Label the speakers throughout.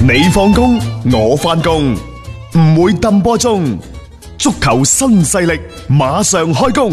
Speaker 1: 你放工，我翻工，唔會抌波鐘。足球新勢力馬上開工。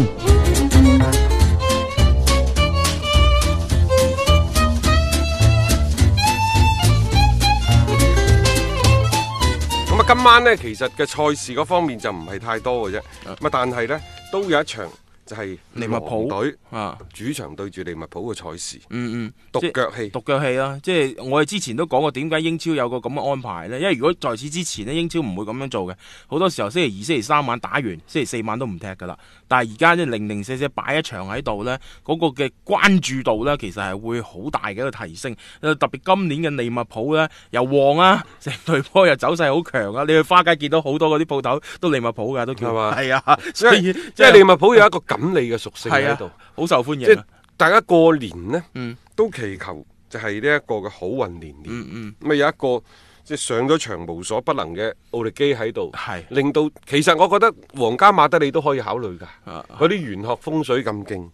Speaker 2: 咁啊，今晚呢，其實嘅賽事嗰方面就唔係太多嘅啫。咁啊，但係呢，都有一場就係
Speaker 3: 利物
Speaker 2: 狼
Speaker 3: 浦
Speaker 2: 隊
Speaker 3: 啊，
Speaker 2: 主場對住利物浦嘅賽事，
Speaker 3: 嗯嗯，
Speaker 2: 獨腳戲。
Speaker 3: 獨腳戲啊啦，即係我哋之前都講過點解英超有個咁嘅安排呢？因為如果在此之前呢，英超唔會咁樣做嘅，好多時候星期二、星期三晚打完，星期四晚都唔踢噶啦。但係而家即係零零四四擺一場喺度呢，嗰、個嘅關注度呢，其實係會好大嘅一個提升。呃特別今年嘅利物浦呢，又旺啊， 成隊波又走勢好強啊。你去花街見到好多嗰啲鋪頭都利物浦㗎，都叫
Speaker 2: 係嘛
Speaker 3: 係啊，
Speaker 2: 因
Speaker 3: 所
Speaker 2: 為
Speaker 3: 以
Speaker 2: 即係利物浦有一個錦鯉嘅屬性
Speaker 3: 係
Speaker 2: 喺
Speaker 3: 啊
Speaker 2: 度，，
Speaker 3: 好受歡
Speaker 2: 即
Speaker 3: 迎
Speaker 2: 係
Speaker 3: 啊。
Speaker 2: 大家過年呢，
Speaker 3: 嗯
Speaker 2: 都祈求就係呢一個嘅好運連連。
Speaker 3: 嗯嗯，
Speaker 2: 咁啊有一個即係上咗場無所不能嘅奧利基喺度，
Speaker 3: 係
Speaker 2: 令到其實我覺得皇家馬德里都可以考慮㗎。
Speaker 3: 啊
Speaker 2: 嗰啲玄學風水咁勁，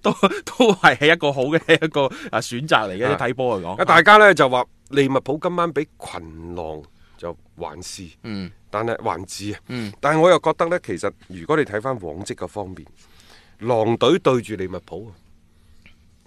Speaker 3: 都 都係係一個好嘅一 個啊選擇嚟嘅，
Speaker 2: 啊
Speaker 3: 睇波嚟
Speaker 2: 啊
Speaker 3: 講。
Speaker 2: 大家呢就話利物浦今晚俾群狼就還是，
Speaker 3: 嗯
Speaker 2: 但係還治啊。
Speaker 3: 嗯
Speaker 2: 但係我又覺得呢，其實如果你睇翻往績嘅方面，狼隊對住利物浦啊，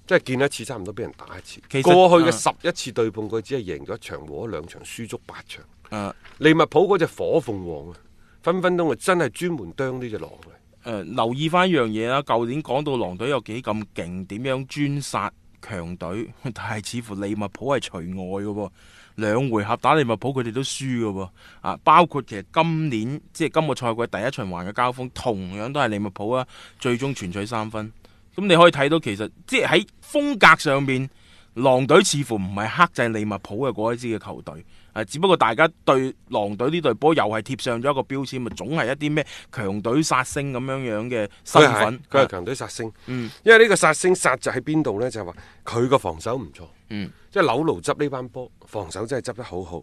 Speaker 2: 即係見一次差唔多俾人打一次。
Speaker 3: 其實啊
Speaker 2: 過去嘅十一次對碰，佢只係贏咗一場，和咗兩場，輸足八場。
Speaker 3: 誒
Speaker 2: 利物浦嗰只火鳳凰啊，分分鐘啊真係專門啄呢只狼啊嘅。
Speaker 3: 誒，啊留意翻一樣嘢啦。舊年講到狼隊有幾咁勁，點樣專殺強隊， 但係似乎利物浦係除外嘅喎。兩回合打利物浦佢哋都輸嘅喎。啊，包括其實今年即係今個賽季第一循環嘅交鋒，同樣都係利物浦啊，最終全取三分。咁你可以睇到其實即係喺風格上面，狼隊似乎唔係克制利物浦嘅嗰一支嘅球隊。啊，只不過大家對狼隊呢隊波又係貼上咗一個標籤，咪總係一啲咩強隊殺星咁樣樣嘅身
Speaker 2: 佢係。
Speaker 3: 份
Speaker 2: 佢係
Speaker 3: 啊
Speaker 2: 強隊殺星，
Speaker 3: 嗯
Speaker 2: 因為呢個殺星殺就喺邊度呢？就係話佢個防守唔錯，
Speaker 3: 嗯
Speaker 2: 即係紐奴執呢班波防守真係執得好好，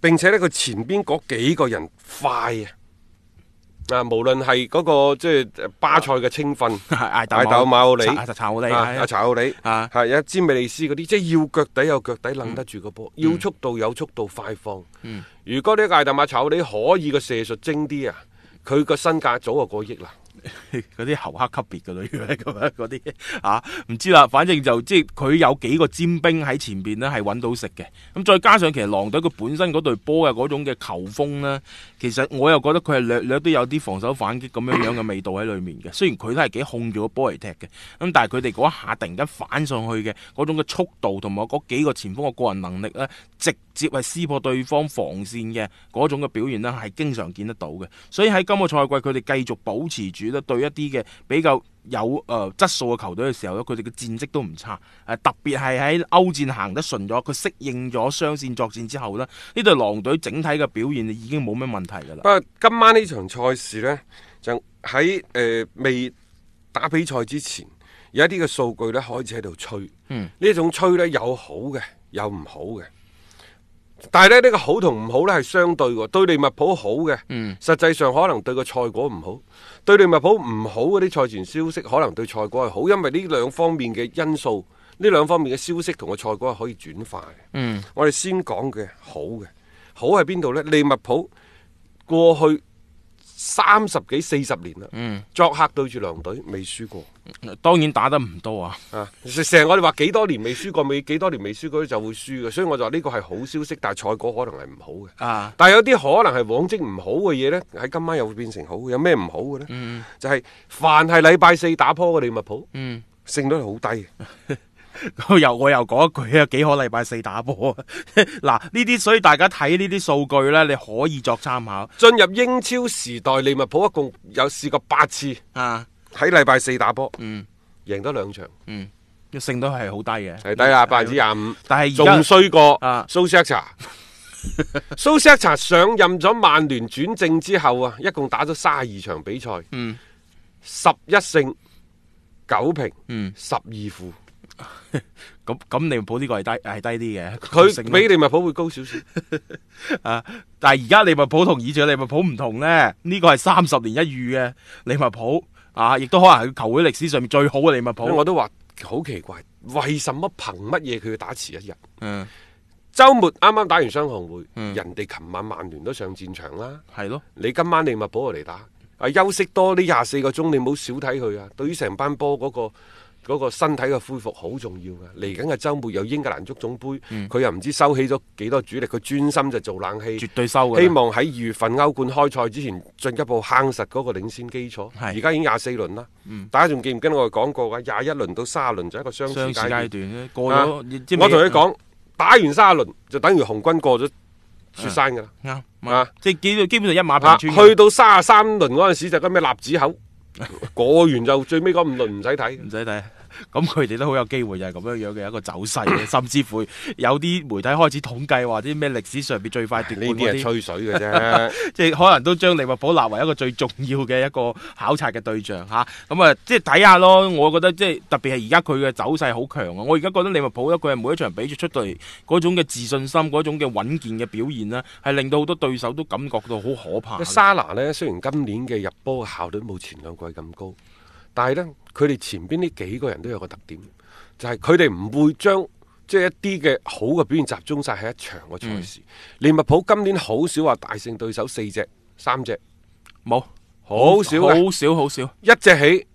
Speaker 2: 並且呢，佢前邊嗰幾個人快啊！啊，無論係嗰個即係巴塞嘅青訓，
Speaker 3: 艾
Speaker 2: 艾豆馬奧里
Speaker 3: 查查奧里
Speaker 2: 啊
Speaker 3: 係
Speaker 2: 阿查奧里，
Speaker 3: 啊
Speaker 2: 係有詹美利斯嗰啲，即係要腳底有腳底，楞得住個波，要速度有速度，快放。
Speaker 3: 嗯
Speaker 2: 如果呢個艾特馬查奧里可以個射術精啲啊，佢個身價早就過億啦。
Speaker 3: 嗰啲侯克級別嘅女嘅咁樣嗰啲啊，唔知啦，反正就即係佢有幾個尖兵喺前邊呢係揾到食嘅。咁再加上其實狼隊佢本身嗰隊波嘅啊嗰種嘅球風呢，其實我又覺得佢係略略都有啲防守反擊咁樣樣嘅味道喺裏面嘅。雖然佢都係幾控住個波嚟踢嘅，咁但係佢哋嗰一下突然間反上去嘅嗰種嘅速度同埋嗰幾個前鋒嘅個人能力呢，直接係撕破對方防線嘅嗰種嘅表現呢，係經常見得到嘅。所以喺今個賽季佢哋繼續保持住咧對一啲嘅比較有誒、呃、質素嘅球隊嘅時候咧，佢哋嘅戰績都唔差。誒、呃特別係喺歐戰行得順咗，佢適應咗雙線作戰之後呢，呢隊狼隊整體嘅表現已經冇咩問題㗎
Speaker 2: 不
Speaker 3: 啦。
Speaker 2: 過今晚呢場賽事呢，就喺誒、呃未打比賽之前，有一啲嘅數據呢開始喺度吹。
Speaker 3: 嗯
Speaker 2: 呢種吹呢，有好嘅，有唔好嘅。但係咧，呢個好同唔好呢係相對喎。對利物浦好嘅，
Speaker 3: 嗯
Speaker 2: 實際上可能對個賽果唔好；對利物浦唔好嗰啲賽前消息，可能對賽果係好，因為呢兩方面嘅因素，呢兩方面嘅消息同個賽果係可以轉化嘅。
Speaker 3: 嗯
Speaker 2: 我哋先講嘅好嘅，好係邊度呢？利物浦過去三十幾四十年啦，
Speaker 3: 嗯，
Speaker 2: 作客對住狼隊未輸過
Speaker 3: 當然打得唔多啊。
Speaker 2: 啊！成成日我哋話幾多年未輸過，未幾多年未輸過就會輸嘅，所以我就話呢個係好消息，但係賽果可能係唔好嘅。
Speaker 3: 啊，
Speaker 2: 但係有啲可能係往績唔好嘅嘢呢，喺今晚又會變成好。有咩唔好嘅呢？
Speaker 3: 嗯
Speaker 2: 就係凡係禮拜四打波嘅利物浦，
Speaker 3: 嗯。
Speaker 2: 勝率好低嘅。
Speaker 3: 咁又我又講一句啊，幾可禮拜四打波 啊嗱，呢啲所以大家睇呢啲數據呢，你可以作參考
Speaker 2: 進入英超時代，利物浦一共有試過八次
Speaker 3: 啊。
Speaker 2: 喺禮拜四打波，
Speaker 3: 嗯
Speaker 2: 贏得兩場。
Speaker 3: 嗯，個勝率係好低嘅，
Speaker 2: 係低啦，百分之廿五，
Speaker 3: 但係而
Speaker 2: 仲
Speaker 3: 家
Speaker 2: 衰過
Speaker 3: 啊
Speaker 2: 蘇斯克 查。蘇斯克查上任咗曼聯轉正之後啊，一共打咗三十二場比賽，
Speaker 3: 嗯
Speaker 2: 十一勝九平
Speaker 3: 嗯，
Speaker 2: 十二負，
Speaker 3: 咁咁利物浦呢個係低係低啲嘅，勝率
Speaker 2: 佢比利物浦會高少少。
Speaker 3: 啊！但係而家利物浦同以前嘅利物浦唔同呢，呢個係三十年一遇嘅利物浦啊，亦都可能係球會歷史上面最好嘅利物
Speaker 2: 所以我
Speaker 3: 浦。
Speaker 2: 都話好奇怪，為什麼憑乜嘢佢要打遲一日？
Speaker 3: 嗯
Speaker 2: 周末啱啱打完雙紅會，
Speaker 3: 嗯
Speaker 2: 人哋琴晚曼聯都上戰場啦。
Speaker 3: 係咯，
Speaker 2: 你今晚利物浦嚟打，啊休息多呢廿四個鐘，你唔好少睇佢啊！對於成班波嗰、個。嗰個身體嘅恢復好重要㗎，嚟緊嘅週末有英格蘭足總杯，佢、又唔知收起咗幾多主力，佢專心就做冷氣，
Speaker 3: 嗯絕對收嘅。
Speaker 2: 希望喺二月份歐冠開賽之前進一步夯實嗰個領先基礎。
Speaker 3: 係嗯
Speaker 2: 而家已經廿四輪啦，大家仲記唔記得我哋講過㗎？廿一輪到三十輪就係一個相似
Speaker 3: 相似
Speaker 2: 階
Speaker 3: 階
Speaker 2: 段。
Speaker 3: 段咧，過咗、即係
Speaker 2: 啊我同你
Speaker 3: 未
Speaker 2: 講，打完三十輪就等於紅軍過咗雪山㗎啦。
Speaker 3: 啱
Speaker 2: 啊
Speaker 3: 啱，即嗯係基基本上一馬
Speaker 2: 啊
Speaker 3: 平川嘅，
Speaker 2: 去到三十三輪嗰陣時就咁咩立子口， 過完就最尾嗰五輪唔使睇。
Speaker 3: 唔使睇。咁佢哋都好有機會就係咁樣樣嘅一個走 勢嘅，甚至乎有啲媒體開始統計話啲咩歷史上邊最快奪
Speaker 2: 呢
Speaker 3: 冠
Speaker 2: 啲
Speaker 3: 嗰
Speaker 2: 係
Speaker 3: 啲，
Speaker 2: 吹水嘅啫，
Speaker 3: 即係可能都將利物浦納為一個最重要嘅一個考察嘅對象吓。咁啊，即係睇下咯。我覺得即係特別係而家佢嘅走勢好強啊！我而家覺得利物浦咧，佢係每一場比賽出到嚟嗰種嘅自信心、嗰種嘅穩健嘅表現啦，係令到好多對手都感覺到好可怕嘅。
Speaker 2: 沙拿呢，雖然今年嘅入波效率冇前兩季咁高，但係呢，佢哋前邊呢幾個人都有個特點，就係佢哋唔會將即係一啲嘅好嘅表現集中晒喺一場嘅賽事。利物浦今年好少話大勝對手四隻、三隻，
Speaker 3: 冇
Speaker 2: 好少啊嘅
Speaker 3: 好少啊好少，
Speaker 2: 一隻起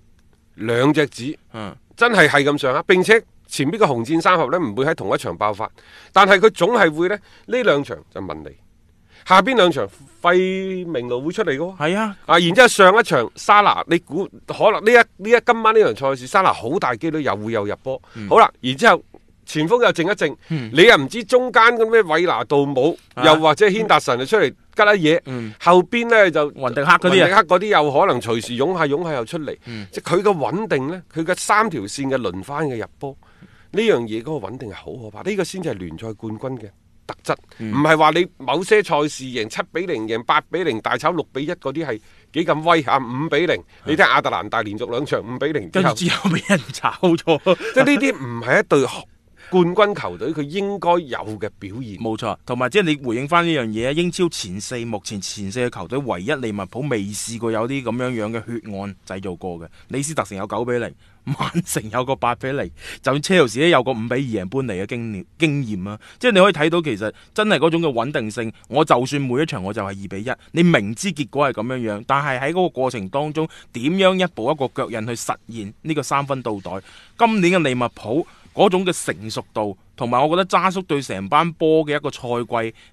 Speaker 2: 兩隻止。
Speaker 3: 嗯。
Speaker 2: 真係係咁上下，並且前邊嘅紅箭三合呢唔會喺同一場爆發，但係佢總係會呢呢兩場就文尼，下邊兩場費明路會出嚟嘅喎。
Speaker 3: 系啊，
Speaker 2: 啊，然之後上一場沙拿，你估可能呢一呢一今晚呢場賽事，沙拿好大機率又會有入波。
Speaker 3: 嗯
Speaker 2: 好啦，然之後前鋒又靜一靜，你又唔知中間咁咩韋拿杜姆，
Speaker 3: 啊
Speaker 2: 又或者軒達臣就出嚟吉一嘢，
Speaker 3: 嗯
Speaker 2: 後邊呢就
Speaker 3: 雲迪克嗰啲啊嗯
Speaker 2: 雲迪克嗰啲又可能隨時湧下湧下又出嚟，即係佢嘅穩定呢，佢嘅三條線嘅輪番嘅入波，呢樣嘢嗰個穩定係好可怕，呢、個先至係聯賽冠軍嘅。特質，
Speaker 3: 嗯
Speaker 2: 唔係話你某些賽事贏七比零、贏八比零、大炒六比一嗰啲係幾咁威啊？五比零，你睇亞特蘭大連續兩場五比零之
Speaker 3: 嗯跟
Speaker 2: 後，
Speaker 3: 住
Speaker 2: 即
Speaker 3: 之後俾人炒咗。
Speaker 2: 係呢啲唔係一隊冠軍球隊佢應該有嘅表現。
Speaker 3: 冇錯，同埋即係你回應翻呢樣嘢，英超前四目前前四嘅球隊，唯一利物浦未試過有啲咁樣樣嘅血案製造過嘅。李斯特城有九比零，曼城有個八比零，就算車路士咧有個五比二贏搬嚟嘅經驗經驗啊！即係你可以睇到其實真係嗰種嘅穩定性。我就算每一場我就係二比一，你明知結果係咁樣樣，但係喺嗰個過程當中，點樣一步一個腳印去實現呢個三分到袋？今年嘅利物浦。嗰種嘅成熟度，同埋我覺得渣叔對成班波嘅一個賽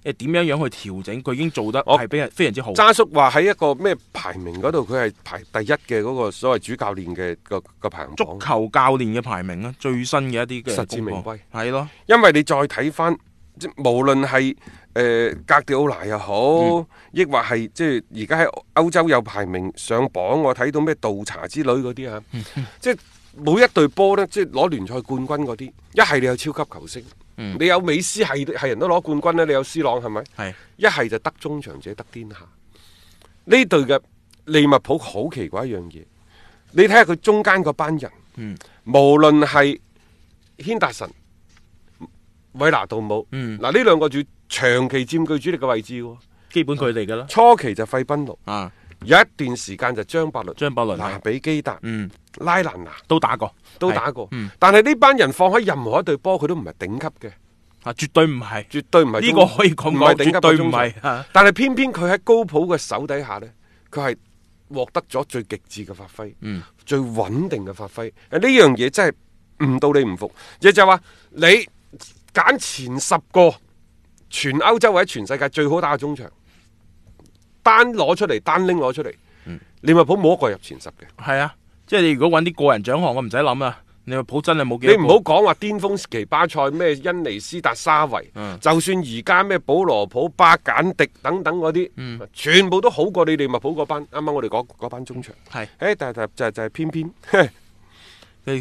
Speaker 3: 季誒點樣樣去調整，佢已經做得
Speaker 2: 我
Speaker 3: 係非常非常之好。
Speaker 2: 渣叔話喺一個咩排名嗰度，佢係排第一嘅嗰個所謂主教練嘅個個排行
Speaker 3: 足
Speaker 2: 榜，
Speaker 3: 球教練嘅排名啦，啊最新嘅一啲嘅
Speaker 2: 實至名
Speaker 3: 公佈
Speaker 2: 歸
Speaker 3: 係咯，
Speaker 2: 因為你再睇翻，即無論係誒格迪奧拿又好，抑或係即係而家喺歐洲有排名上榜，我睇到咩倒查之類嗰啲啊， 即係每一隊波呢，即係攞聯賽冠軍嗰啲，一係你有超級球星，
Speaker 3: 嗯
Speaker 2: 你有美斯係係人都攞冠軍咧，你有 C 朗係咪？
Speaker 3: 係
Speaker 2: 一係就得中場者得天下。呢隊嘅利物浦好奇怪一樣嘢，你睇下佢中間嗰班人，
Speaker 3: 嗯
Speaker 2: 無論係軒達臣、韋拿杜姆，嗱
Speaker 3: 嗯
Speaker 2: 呢、兩個主長期佔據主力嘅位置喎。
Speaker 3: 基本佢哋嘅啦。
Speaker 2: 初期就費賓奴，
Speaker 3: 啊，
Speaker 2: 有一段時間就張伯倫、
Speaker 3: 張伯倫
Speaker 2: 拿
Speaker 3: 係
Speaker 2: 比基達、
Speaker 3: 嗯
Speaker 2: 拉蘭拿
Speaker 3: 都打過，
Speaker 2: 都
Speaker 3: 係
Speaker 2: 打過。
Speaker 3: 嗯
Speaker 2: 但係呢班人放喺任何一隊波，佢都唔係頂級嘅，
Speaker 3: 啊，絕對唔係
Speaker 2: 絕對唔係
Speaker 3: 呢
Speaker 2: 中
Speaker 3: 個可以咁
Speaker 2: 唔係
Speaker 3: 講，
Speaker 2: 頂級
Speaker 3: 絕
Speaker 2: 嘅
Speaker 3: 對唔
Speaker 2: 中場
Speaker 3: 係啊。
Speaker 2: 但係偏偏佢喺高普嘅手底下呢，佢係獲得咗最極致嘅發揮，
Speaker 3: 嗯
Speaker 2: 最穩定嘅發揮。誒呢樣嘢真係唔到你唔服，亦就係話你揀前十個全歐洲或者全世界最好打嘅中場，單攞出嚟，單拎攞出嚟，
Speaker 3: 嗯
Speaker 2: 利物浦冇一個入前十嘅。
Speaker 3: 係啊，即係你如果揾啲個人獎項，我唔使諗啊啦。利物浦真係冇幾
Speaker 2: 你
Speaker 3: 多
Speaker 2: 唔好講話巔峰時期巴塞咩恩尼斯達沙維，
Speaker 3: 嗯
Speaker 2: 就算而家咩保羅普巴簡迪等等嗰啲，
Speaker 3: 嗯
Speaker 2: 全部都好過你利物浦嗰班。啱啱我哋講嗰班中場，
Speaker 3: 係
Speaker 2: 誒，但係但係就係就係偏偏係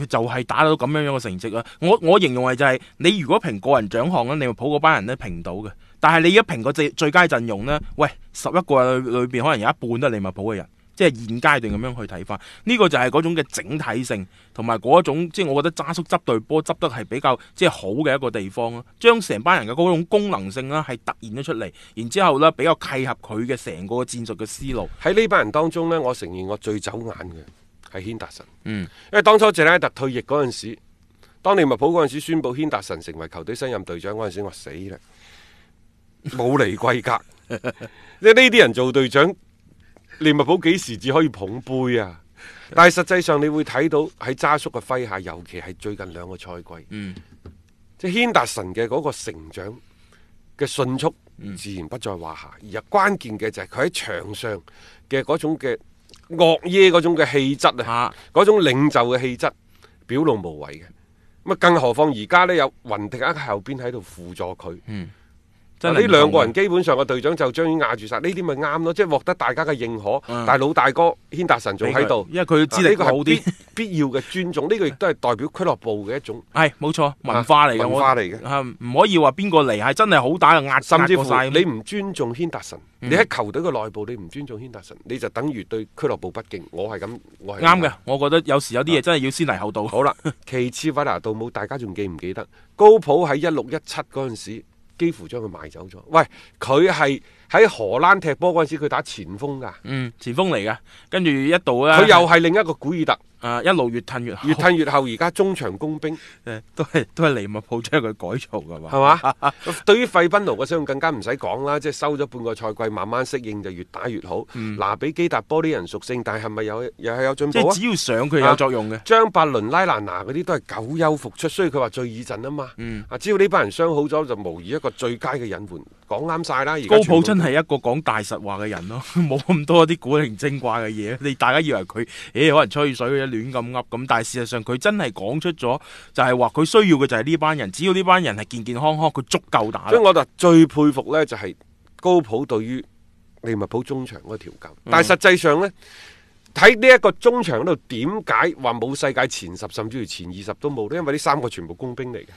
Speaker 3: 佢就係打到咁樣樣嘅成績啊！我我形容為就係、你如果評個人獎項咧，你咪抱嗰班人咧評到嘅。但係你一評個最最佳陣容呢，喂，十一個裏裏邊可能有一半都係利物浦嘅人，即係現階段咁樣去睇翻，呢、個就係嗰種嘅整體性，同埋嗰種即係我覺得渣叔執隊波執得係比較即係好嘅一個地方咯，將成班人嘅嗰種功能性啦係突現咗出嚟，然之後呢，比較契合佢嘅成個戰術嘅思路。
Speaker 2: 喺呢班人當中呢，我承認我最走眼嘅係軒達臣，
Speaker 3: 嗯
Speaker 2: 因為當初謝拉特退役嗰陣時，當利物浦嗰陣時宣布軒達臣成為球隊新任隊長嗰陣時，我死啦，冇嚟貴格， 即係呢啲人做隊長，利物浦幾時至可以捧杯啊？但係實際上你會睇到喺渣叔嘅麾下，尤其係最近兩個賽季，
Speaker 3: 嗯
Speaker 2: 即係軒達臣嘅嗰個成長嘅迅速，自然不在話下。而關鍵嘅就係佢喺場上嘅嗰種嘅惡耶嗰種嘅氣質啊
Speaker 3: 啊，
Speaker 2: 嗰種領袖嘅氣質，表露無遺嘅。咁啊，更何況而家呢，有雲迪克喺後邊喺度輔助佢。
Speaker 3: 嗯真
Speaker 2: 啊呢
Speaker 3: 係
Speaker 2: 兩個人
Speaker 3: 唔啊
Speaker 2: 基本上個隊長就將佢壓住晒，呢啲咪啱咯，即係獲得大家嘅認可。
Speaker 3: 嗯
Speaker 2: 但係老大哥軒達臣仲
Speaker 3: 同
Speaker 2: 喺度，
Speaker 3: 因為佢
Speaker 2: 啊
Speaker 3: 資
Speaker 2: 呢
Speaker 3: 歷
Speaker 2: 個
Speaker 3: 好
Speaker 2: 係
Speaker 3: 啲
Speaker 2: 必，必要嘅尊重，呢個亦都係代表俱樂部嘅一 種。
Speaker 3: 係冇錯，文化嚟嘅，
Speaker 2: 啊文
Speaker 3: 我
Speaker 2: 化嚟嘅
Speaker 3: 啊唔可以話邊個嚟，係真係好打就壓
Speaker 2: 甚至
Speaker 3: 壓過
Speaker 2: 乎
Speaker 3: 晒嗯
Speaker 2: 你唔尊重軒達臣，你喺球隊嘅內部你唔尊重軒達臣，你就等於對俱樂部不敬。我係咁，我係咁
Speaker 3: 啱
Speaker 2: 睇
Speaker 3: 嘅。。我覺得有時有啲嘢真係要先嚟後到。
Speaker 2: 好啦，其次韋拿杜姆，大家仲記唔記得高普喺一六一七嗰陣時，幾乎將佢賣走咗。喂，佢係喺荷蘭踢波嗰陣時，佢打前鋒㗎，
Speaker 3: 嗯，前鋒嚟嘅，跟住一度咧，
Speaker 2: 佢又係另一個古爾特，
Speaker 3: 啊一路越褪越後
Speaker 2: 越褪越後，而家中場工兵
Speaker 3: 誒 都係都係利物浦將佢改造噶嘛。
Speaker 2: 係嘛？對於費賓奴嘅使用更加唔使講啦，即係收咗半個賽季，慢慢適應就越打越好。嗱，比基達波啲人屬性，但係咪有又係有進
Speaker 3: 嗯即
Speaker 2: 步
Speaker 3: 係
Speaker 2: 啊？
Speaker 3: 只要上佢有作用嘅。
Speaker 2: 張伯倫、拉蘭拿嗰啲都係久休復出，所以佢話最以陣啊嘛。
Speaker 3: 嗯
Speaker 2: 啊，只要呢班人傷好咗，就無疑一個最佳嘅引援。講啱晒啦，而家
Speaker 3: 高
Speaker 2: 全部
Speaker 3: 普真係一個講大實話嘅人咯， 冇咁多啲古靈精怪嘅嘢。你大家以為佢，誒可能吹水嘅亂咁噏咁，但係事實上佢真係講出咗，就係話佢需要嘅就係呢班人，只要呢班人係健健康康，佢足夠打
Speaker 2: 所以
Speaker 3: 啦。
Speaker 2: 我就最佩服呢，就係高普對於利物浦中場嗰個調教。
Speaker 3: 嗯
Speaker 2: 但係實際上呢，喺呢一個中場嗰度，點解話冇世界前十，甚至乎前二十都冇呢？因為呢三個全部工兵嚟嘅。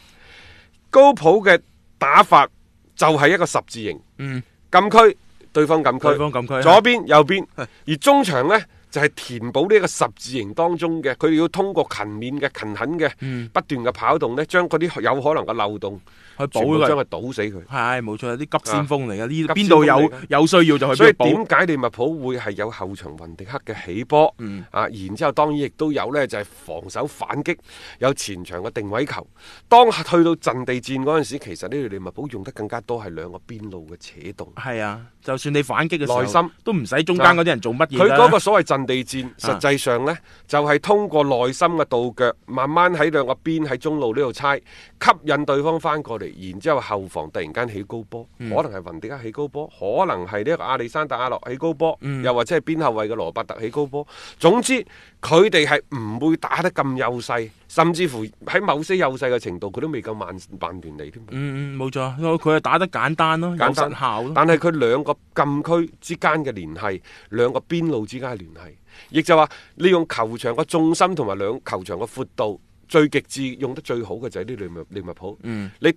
Speaker 2: 高普嘅打法就係一個十字形，
Speaker 3: 嗯，
Speaker 2: 禁區對方禁區，
Speaker 3: 對方禁區
Speaker 2: 左邊右邊，而中場呢，就係、填補呢一個十字形當中嘅，佢哋要通過勤勉嘅、勤懇嘅、
Speaker 3: 嗯
Speaker 2: 不斷嘅跑動呢，將嗰啲有可能嘅漏洞
Speaker 3: 去補
Speaker 2: 全部將
Speaker 3: 佢。
Speaker 2: 佢堵死佢。啊
Speaker 3: 係冇錯，啲急先鋒嚟嘅，呢
Speaker 2: 急先鋒
Speaker 3: 邊度有
Speaker 2: 嚟嘅
Speaker 3: 有需要就去
Speaker 2: 所以
Speaker 3: 邊度補。
Speaker 2: 點解利物浦會係有後場雲迪克嘅起波？
Speaker 3: 嗯
Speaker 2: 啊，然之後當然亦都有呢，就係、防守反擊，有前場嘅定位球。當去到陣地戰嗰陣時，其實呢度利物浦用得更加多係兩個邊路嘅扯動。
Speaker 3: 係啊，就算你反擊嘅時候，
Speaker 2: 內心
Speaker 3: 都唔使中間嗰啲人做乜嘢
Speaker 2: 佢
Speaker 3: 啦
Speaker 2: 嗰個所謂陣地戰，
Speaker 3: 啊
Speaker 2: 實際上呢，就係、通過內心嘅倒腳，慢慢喺兩個邊喺中路呢度猜，吸引對方翻過嚟，然之後後防突然間起高波，
Speaker 3: 嗯
Speaker 2: 可能係雲迪克起高波，可能係呢一個亞歷山大阿洛起高波，
Speaker 3: 嗯
Speaker 2: 又或者係邊後衞嘅羅伯特起高波。總之，佢哋係唔會打得咁幼細，甚至乎喺某些幼細嘅程度，佢都未夠曼曼聯嚟添。
Speaker 3: 嗯嗯，冇錯，佢係打得簡單咯，有
Speaker 2: 簡單
Speaker 3: 實效咯。
Speaker 2: 但係佢兩個禁區之間嘅聯繫，兩個邊路之間嘅聯繫，亦就話利用球場嘅重心同埋兩球場嘅闊度，最極致用得最好嘅就係呢利物利物浦。
Speaker 3: 嗯
Speaker 2: 你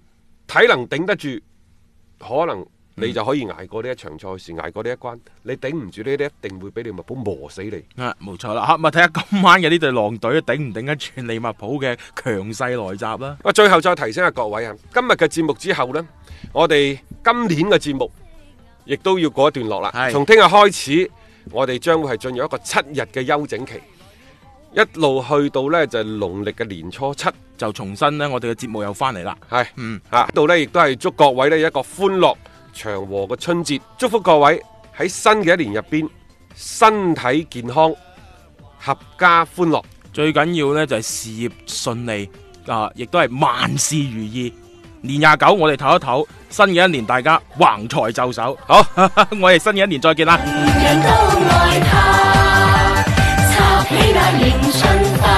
Speaker 2: 體能頂得住，可能你就可以捱過呢一場賽事，捱過呢一關。你頂唔住呢，你一定會俾利物浦磨死你。
Speaker 3: 啊，冇錯啦，吓咪睇下今晚嘅呢隊狼隊啊頂唔頂得住利物浦嘅強勢來襲啦。
Speaker 2: 啊，最後再提醒下各位啊，今日嘅節目之後呢，我哋今年嘅節目亦都要過一段落啦。
Speaker 3: 係
Speaker 2: 從聽日開始，我哋將會係進入一個七日嘅休整期，一路去到呢就係農曆嘅年初七，
Speaker 3: 就重新呢，我哋嘅節目又翻嚟啦。
Speaker 2: 係
Speaker 3: 嗯，
Speaker 2: 啊，呢度呢亦都係祝各位呢一個歡樂祥和嘅春節，祝福各位喺新嘅一年入邊身體健康，合家歡樂。
Speaker 3: 最緊要呢就係事業順利啊，亦都係萬事如意。年廿九我哋唞一唞，新嘅一年大家橫財就手。好， 我哋新嘅一年再見啦。
Speaker 4: 人都愛他，插起那迎春花，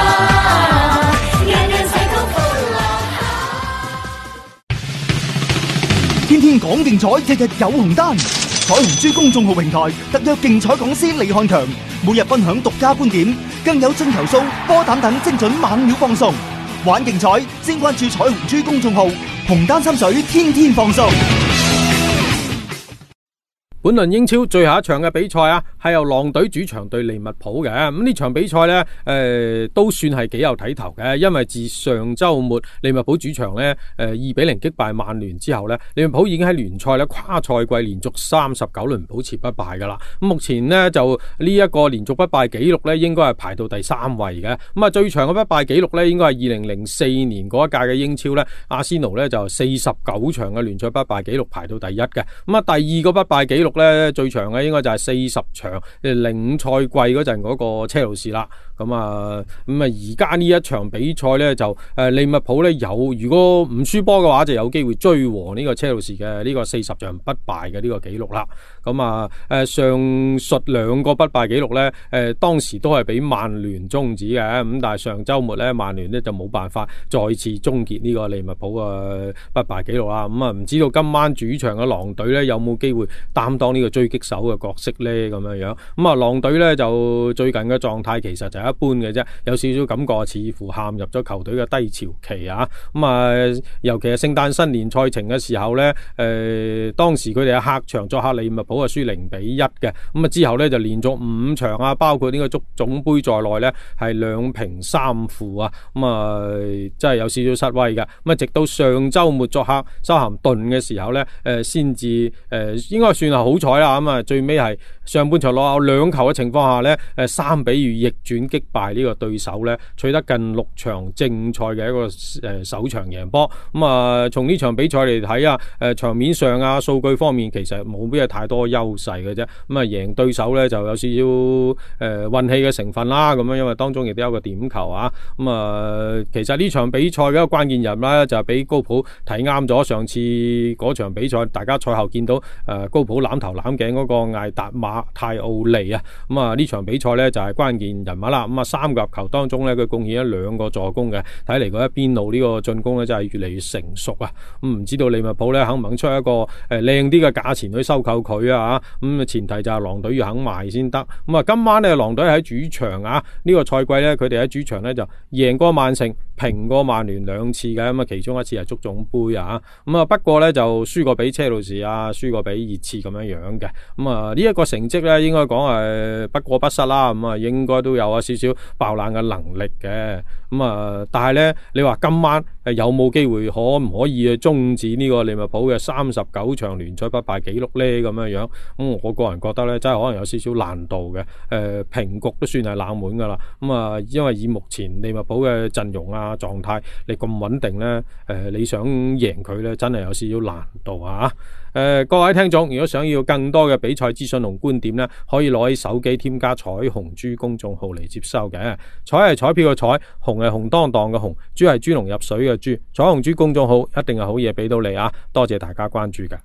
Speaker 4: 人人世高歡樂下。
Speaker 5: 天天講競彩，日日有紅單。彩虹珠公眾號平台特約競彩講師李漢強，每日分享獨家觀點，更有進球數、波膽等精準猛料放送。玩競彩，先關注彩虹珠公眾號，紅單心水，天天放送。
Speaker 6: 本輪英超最後一場嘅比賽啊，係由狼隊主場對利物浦嘅。咁呢場比賽呢，诶、都算係幾有睇頭嘅，因為自上週末利物浦主場呢，诶二比零擊敗曼聯之後呢，利物浦已經喺聯賽呢跨賽季連續三十九輪保持不敗噶啦。咁目前呢，就呢一個連續不敗紀錄呢，應該係排到第三位嘅。咁啊，最長嘅不敗紀錄呢，應該係二零零四年嗰一屆嘅英超呢，阿仙奴呢就四十九場嘅聯賽不敗紀錄排到第一嘅。咁啊，第二個不敗紀錄呢，最長嘅應該就係四十場誒零五賽季嗰陣嗰個車路士啦。咁啊，咁啊，而家呢一場比賽呢，就誒、呃利物浦呢有，如果唔輸波嘅話，就有機會追和呢個車路士嘅呢個四十場不敗嘅呢個紀錄啦。咁啊，誒、上述兩個不敗紀錄呢，誒、當時都係俾曼聯終止嘅，咁但係上週末呢，曼聯呢就冇辦法再次終結呢個利物浦嘅不敗紀錄啦。咁啊，唔知道今晚主場嘅狼隊呢，有冇機會擔當呢個追擊手嘅角色呢？咁樣樣咁啊，狼隊呢，就最近嘅狀態其實就一般嘅啫，有少少感覺似乎陷入咗球隊嘅低潮期啊。咁啊，尤其係聖誕新年賽程嘅時候呢，誒、呃當時佢哋喺客場作客利物浦啊，輸零比一嘅。咁啊之後呢，就連續五場啊，包括呢個足總杯在內呢，係兩平三負啊。咁啊，真係有少少失威嘅。咁啊，直到上週末作客修咸頓嘅時候呢，誒、先至誒應該算係好彩啦。咁啊，最尾係上半場落後兩球嘅情況下呢，誒三比二逆轉擊敗呢個對手呢，取得近六場正賽嘅一個誒首場贏波。咁啊，從呢場比賽嚟睇啊，誒場面上啊數據方面其實冇咩太多優勢嘅啫。咁啊，贏對手呢就有少少誒運氣嘅成分啦。咁樣因為當中亦都有個點球啊。咁啊，其實呢場比賽嘅一個關鍵人物呢，就係俾高普睇啱咗上次嗰場比賽，大家賽後見到誒、呃高普攬頭攬頸嗰個艾達馬泰奧利啊。咁啊，呢場比賽呢，就係、關鍵人物啦。咁啊，三個入球當中呢，佢貢獻咗兩個助攻嘅，睇嚟嗰一邊路呢個進攻呢，真係越嚟越成熟啊。咁唔知道利物浦咧肯唔肯出一個誒靚啲嘅價錢去收購佢啊？咁、前提就係狼隊要肯賣先得。咁、啊，今晚咧狼隊喺主場啊，呢、個賽季咧佢哋喺主場咧就贏過曼城。平過曼聯兩次嘅，咁啊其中一次係足總杯啊，咁啊不過呢，就輸過俾車路士啊，輸過俾熱刺咁樣樣嘅，咁啊呢一個成績呢，應該講係不過不失啦，咁啊應該都有啊少少爆冷嘅能力嘅，咁啊但係呢，你話今晚誒有冇機會可唔可以去終止呢個利物浦嘅三十九場聯賽不敗紀錄呢？咁樣樣，咁我個人覺得呢，真係可能有少少難度嘅，誒、呃平局都算係冷門㗎啦，咁啊因為以目前利物浦嘅陣容啊。啊狀態，你咁穩定呢，誒、你想贏佢呢，真係有少少難度啊！誒、各位聽眾，如果想要更多嘅比賽資訊同觀點呢，可以攞起手機添加彩虹豬公眾號嚟接收嘅。彩係彩票嘅彩，紅係紅當當嘅紅，豬係豬籠入水嘅豬。彩虹豬公眾號一定係好嘢俾到你啊！多謝大家關注㗎。